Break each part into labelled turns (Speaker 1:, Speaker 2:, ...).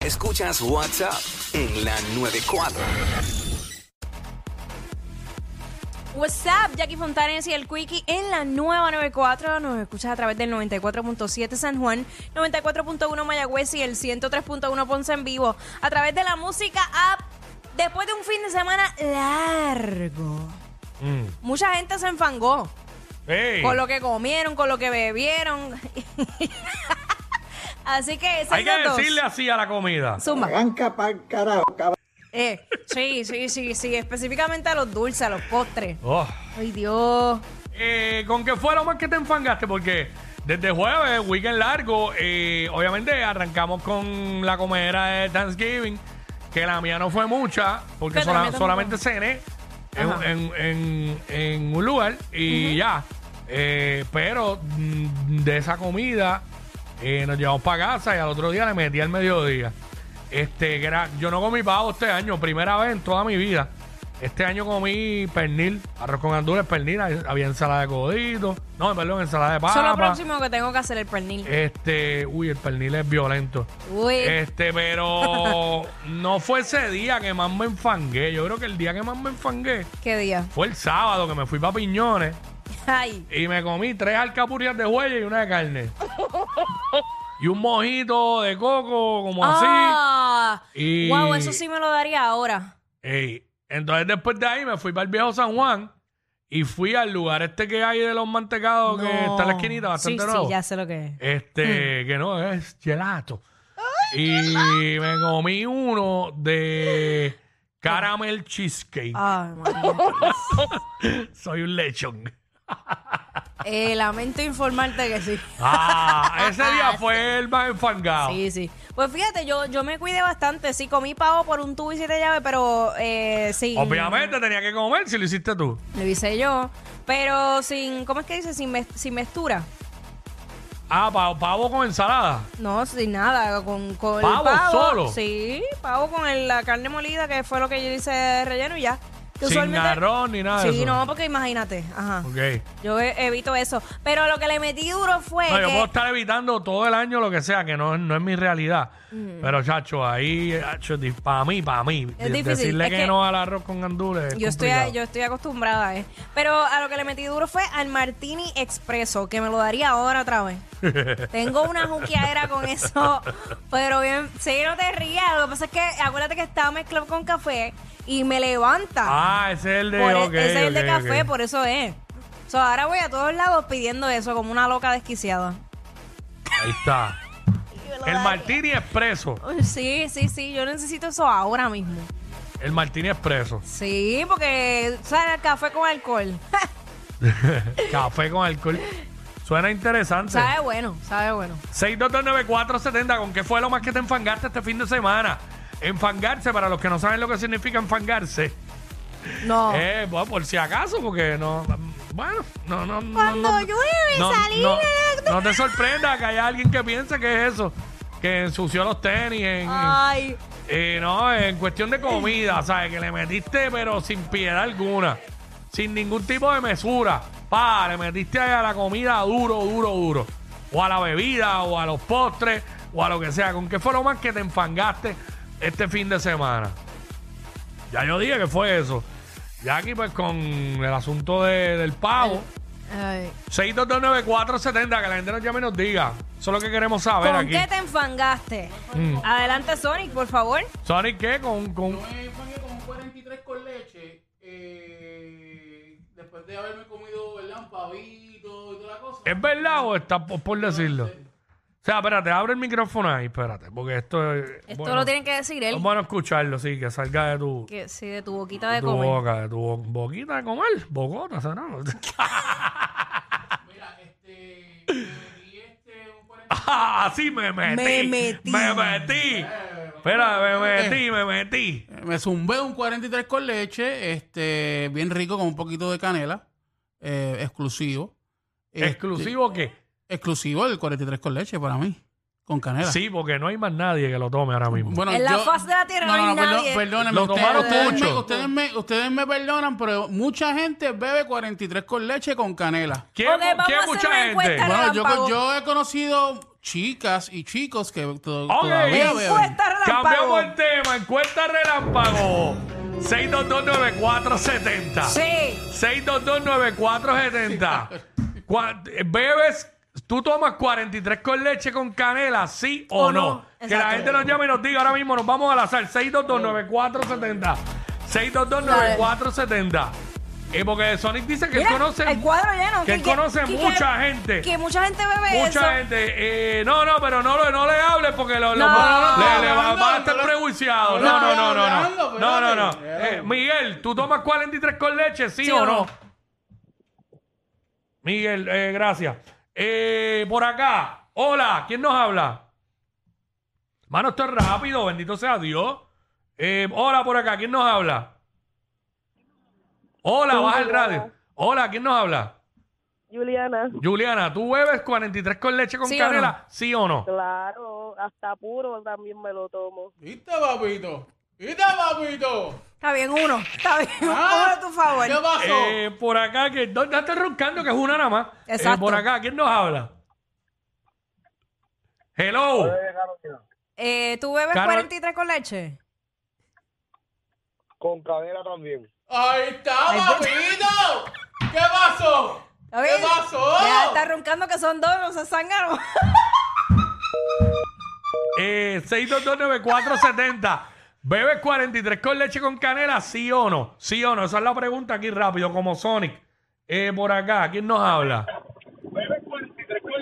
Speaker 1: Escuchas WhatsApp en la 94.
Speaker 2: What's up, Jackie Fontanes y el Quickie en la nueva 94. Nos escuchas a través del 94.7 San Juan, 94.1 Mayagüez y el 103.1 Ponce en vivo. A través de la música app, después de un fin de semana largo.
Speaker 3: Mm.
Speaker 2: Mucha gente se enfangó
Speaker 3: Ey,
Speaker 2: con lo que comieron, con lo que bebieron. Así que
Speaker 3: hay que
Speaker 2: 622.
Speaker 3: decirle así a la comida.
Speaker 2: Zumba.
Speaker 4: Arranca pa'l carajo, cabrón.
Speaker 2: Eh, sí, sí, sí, sí. Específicamente a los dulces, a los postres.
Speaker 3: Oh.
Speaker 2: Ay, Dios.
Speaker 3: Eh, ¿Con qué fue lo más que te enfangaste? Porque desde jueves, weekend largo, eh, obviamente arrancamos con la comedera de Thanksgiving, que la mía no fue mucha, porque
Speaker 2: Pero
Speaker 3: sola-
Speaker 2: la mía tampoco.
Speaker 3: solamente cené en,
Speaker 2: Ajá.
Speaker 3: en- en- en un lugar y ya. Eh, pero mm, de esa comida eh, nos llevamos para casa y al otro día le metí al mediodía. Este, que era- yo no comí pavo este año, primera vez en toda mi vida. Este año comí pernil, arroz con gandules, pernil, hay- había ensalada de codito, no, perdón, ensalada de papa.
Speaker 2: Eso es lo próximo que tengo que hacer el pernil.
Speaker 3: Este, uy, el pernil es violento.
Speaker 2: Uy.
Speaker 3: Este, pero no fue ese día que más me enfangué. Yo creo que el día que más me enfangué
Speaker 2: ¿Qué día?
Speaker 3: fue el sábado que me fui para Piñones
Speaker 2: Ay.
Speaker 3: y me comí tres alcapurrias de huella y una de carne. y un mojito de coco, como así.
Speaker 2: Ah.
Speaker 3: Y-
Speaker 2: Wow, eso sí me lo daría ahora.
Speaker 3: Ey, Entonces después de ahí me fui para el viejo San Juan y fui al lugar este que hay de los mantecados que
Speaker 2: No.
Speaker 3: está en la esquinita bastante
Speaker 2: sí,
Speaker 3: nuevo.
Speaker 2: Sí, ya sé lo que es. Hmm.
Speaker 3: Este, que no, es gelato. y me comí uno de caramel cheesecake.
Speaker 2: Ay, María.
Speaker 3: Soy un lechón.
Speaker 2: Eh, lamento informarte que sí.
Speaker 3: Ah, ese día fue el más enfangado.
Speaker 2: Sí, sí. Pues fíjate, yo, yo me cuidé bastante. Sí, comí pavo por un tubo y siete llaves, pero eh, sí.
Speaker 3: Obviamente tenía que comer si lo hiciste tú.
Speaker 2: Lo hice yo. Pero sin, ¿cómo es que dice? Sin, mes- sin mestura.
Speaker 3: Ah, pavo, pavo con ensalada.
Speaker 2: No, sin nada, con, con
Speaker 3: ¿Pavo
Speaker 2: el pavo.
Speaker 3: solo?
Speaker 2: Sí, pavo con el- la carne molida, que fue lo que yo hice de relleno y ya. Que
Speaker 3: Sin
Speaker 2: usualmente-
Speaker 3: arroz ni nada de
Speaker 2: Sí,
Speaker 3: eso.
Speaker 2: no, porque imagínate. Ajá.
Speaker 3: Ok.
Speaker 2: Yo e- evito eso. Pero lo que le metí duro fue.
Speaker 3: No, yo
Speaker 2: que-
Speaker 3: puedo estar evitando todo el año lo que sea, que no, no es mi realidad. Pero, chacho, ahí, para mí, para mí, de-
Speaker 2: difícil,
Speaker 3: decirle
Speaker 2: Mm. es
Speaker 3: que,
Speaker 2: que-
Speaker 3: no al arroz con gandules. es
Speaker 2: yo estoy,
Speaker 3: complicado.
Speaker 2: yo estoy acostumbrada, ¿eh? Pero a lo que le metí duro fue al Martini Expreso, que me lo daría ahora otra vez. Tengo una juqueadera con eso, pero bien, sí, no te rías. Lo que pasa es que acuérdate que estaba mezclado con café y me levanta.
Speaker 3: Ah, ese es el de.
Speaker 2: Por e-
Speaker 3: ok,
Speaker 2: ese es el de
Speaker 3: ok,
Speaker 2: café,
Speaker 3: ok.
Speaker 2: por eso es. O sea, ahora voy a todos lados pidiendo eso como una loca desquiciada. e-.
Speaker 3: Ahí está. El Martini Expreso.
Speaker 2: Uy, Sí, sí, sí, yo necesito eso ahora mismo.
Speaker 3: El Martini Expreso.
Speaker 2: Sí, porque ¿sabes? el café con alcohol.
Speaker 3: Café con alcohol. Suena interesante.
Speaker 2: sabe bueno, sabe bueno.
Speaker 3: 6229470, ¿con qué fue lo más que te enfangaste este fin de semana? Enfangarse, para los que no saben lo que significa enfangarse.
Speaker 2: No.
Speaker 3: Eh, bueno, por si acaso, porque no. Bueno, no, no. no,
Speaker 2: Cuando
Speaker 3: no,
Speaker 2: llueve,
Speaker 3: no,
Speaker 2: salir
Speaker 3: No,
Speaker 2: a la-
Speaker 3: no te sorprenda que haya alguien que piense que es eso, que ensució los tenis. En,
Speaker 2: Ay,
Speaker 3: eh, no, en cuestión de comida, ¿sabes? Que le metiste, pero sin piedad alguna, sin ningún tipo de mesura. Pa, le metiste a la comida duro, duro, duro. O a la bebida, o a los postres, o a lo que sea. ¿Con qué fue lo más que te enfangaste este fin de semana? Ya yo dije que fue eso. Ya aquí, pues, con el asunto de- del pavo.
Speaker 2: ay.
Speaker 3: 6229470, que la gente nos llame y nos diga. Eso es lo que queremos saber
Speaker 2: ¿Con
Speaker 3: aquí. Mm.
Speaker 2: qué te enfangaste? Adelante, Sonic, por favor.
Speaker 3: ¿Sonic qué? Con, con...
Speaker 4: me enfañé como 43 con leche. eh, después de haberme comido, ¿verdad? Un pavito y toda la cosa.
Speaker 3: ¿Es verdad o está por, por decirlo? O sea, espérate, abre el micrófono ahí, espérate, porque esto es...
Speaker 2: Esto
Speaker 3: bueno,
Speaker 2: lo tiene que decir él.
Speaker 3: Es bueno escucharlo, sí, que salga de tu,
Speaker 2: Que sí, de tu boquita de
Speaker 3: tu
Speaker 2: comer.
Speaker 3: boca, de tu bo- boquita de comer, bocota, ¿sabes? no?
Speaker 4: Mira, este. Me di este un 43.
Speaker 3: Ah, Así me metí.
Speaker 2: Me metí.
Speaker 3: Me metí. Espera, me metí, me metí.
Speaker 4: Eh, Me zumbé un 43 con leche, este, bien rico, con un poquito de canela, eh, exclusivo. Este,
Speaker 3: ¿Exclusivo qué?
Speaker 4: exclusivo el 43 con leche para mí, con canela.
Speaker 3: Sí, porque no hay más nadie que lo tome ahora mismo.
Speaker 4: Bueno,
Speaker 2: En la faz de la tierra no hay
Speaker 4: perdón-
Speaker 2: nadie.
Speaker 4: perdónenme,
Speaker 3: Lo
Speaker 4: ustedes-
Speaker 3: tomaron
Speaker 4: ustedes,
Speaker 3: mucho.
Speaker 4: Me, ustedes, me, ustedes me perdonan, pero mucha gente bebe 43 con leche con canela.
Speaker 3: ¿Quién,
Speaker 2: Ok, vamos
Speaker 3: quién
Speaker 2: a hacer
Speaker 3: mucha
Speaker 2: una
Speaker 3: gente?
Speaker 2: encuesta.
Speaker 4: Bueno, yo,
Speaker 2: Relámpago.
Speaker 4: yo he conocido chicas y chicos que to-
Speaker 3: Ok.
Speaker 4: todavía beben.
Speaker 2: Encuesta
Speaker 3: Cambiamos
Speaker 2: relámpago.
Speaker 3: el tema. Encuesta relámpago. 6229470.
Speaker 2: Sí.
Speaker 3: 6229470. Cua- ¿Bebes? ¿Tú tomas 43 con leche con canela, sí o,
Speaker 2: O
Speaker 3: no?
Speaker 2: no.
Speaker 3: Que la
Speaker 2: Exacto.
Speaker 3: gente nos llame y nos diga ahora mismo, nos vamos al azar. 6229470. 6229470. Y Eh, porque Sonic dice que él
Speaker 2: Mira,
Speaker 3: conoce,
Speaker 2: el cuadro lleno.
Speaker 3: que él conoce mucha gente.
Speaker 2: Que mucha gente bebe
Speaker 3: Mucha
Speaker 2: eso.
Speaker 3: gente, eh, no, no, pero no, lo- no le hables porque lo,
Speaker 2: No,
Speaker 3: lo-
Speaker 2: no, no,
Speaker 3: le, le
Speaker 4: no,
Speaker 3: va,
Speaker 4: no,
Speaker 3: van a
Speaker 4: no,
Speaker 3: estar
Speaker 4: no,
Speaker 3: prejuiciados. No, no,
Speaker 4: no,
Speaker 3: no, no, no.
Speaker 4: hablando,
Speaker 3: No, no, no.
Speaker 4: espérate.
Speaker 3: Eh, Miguel, ¿tú tomas 43 con leche, sí, o no? Miguel, eh, gracias. Eh, por acá, hola, ¿quién nos habla? Mano, esto es rápido, bendito sea Dios. Eh, hola, por acá, ¿quién nos habla? Hola, baja el radio. Hola, ¿quién nos habla?
Speaker 5: Juliana,
Speaker 3: Juliana, ¿tú bebes 43 con leche con
Speaker 2: ¿Sí o
Speaker 3: canela?
Speaker 2: no?
Speaker 3: ¿Sí o no?
Speaker 5: claro, hasta puro también me lo tomo.
Speaker 4: ¿Viste, papito? ¿Viste, papito?
Speaker 2: Está bien, uno. Está bien, uno
Speaker 4: Ah,
Speaker 2: a tu favor.
Speaker 4: ¿Qué pasó?
Speaker 3: Eh, por acá, que no, no estés roncando, que es una nada más. Eh,
Speaker 2: Exacto.
Speaker 3: por acá, ¿quién nos habla? Hello.
Speaker 2: Eh, ¿Tú bebes
Speaker 3: Carol-
Speaker 2: 43 con leche?
Speaker 6: Con cadera también.
Speaker 4: Ahí está, papito. ¿Qué pasó?
Speaker 2: ¿Lo
Speaker 4: ¿Qué
Speaker 2: ves?
Speaker 4: pasó?
Speaker 2: Ya está roncando que son dos, no se sangraron.
Speaker 3: Eh, 6229470. ¿Bebes 43 con leche con canela? ¿Sí o no? ¿Sí o no? Esa es la pregunta aquí rápido, como Sonic. Eh, por acá, ¿quién nos habla?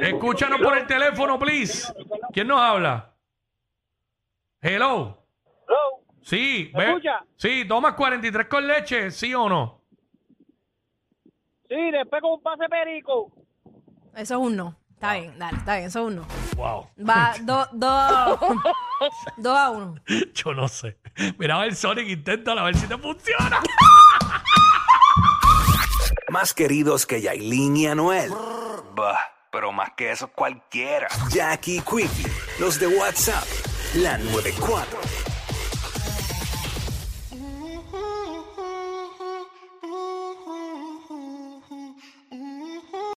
Speaker 3: Escúchanos por el teléfono, please. ¿Quién nos habla? Hello. Sí,
Speaker 6: ¿Me
Speaker 3: ve-
Speaker 6: escucha?
Speaker 3: Sí, tomas 43 con leche, ¿sí o no?
Speaker 6: Sí, después con un pase perico.
Speaker 2: Eso es un no. Está bien, dale, está bien, eso es un no.
Speaker 3: Wow,
Speaker 2: Va, dos dos dos a uno.
Speaker 3: yo no sé. Mira, a ver, Sonic, inténtalo a ver si te funciona.
Speaker 1: Más queridos que Yailin y Anuel. Bah, pero más que eso cualquiera. Jackie Quickie, los de WhatsApp, la 94.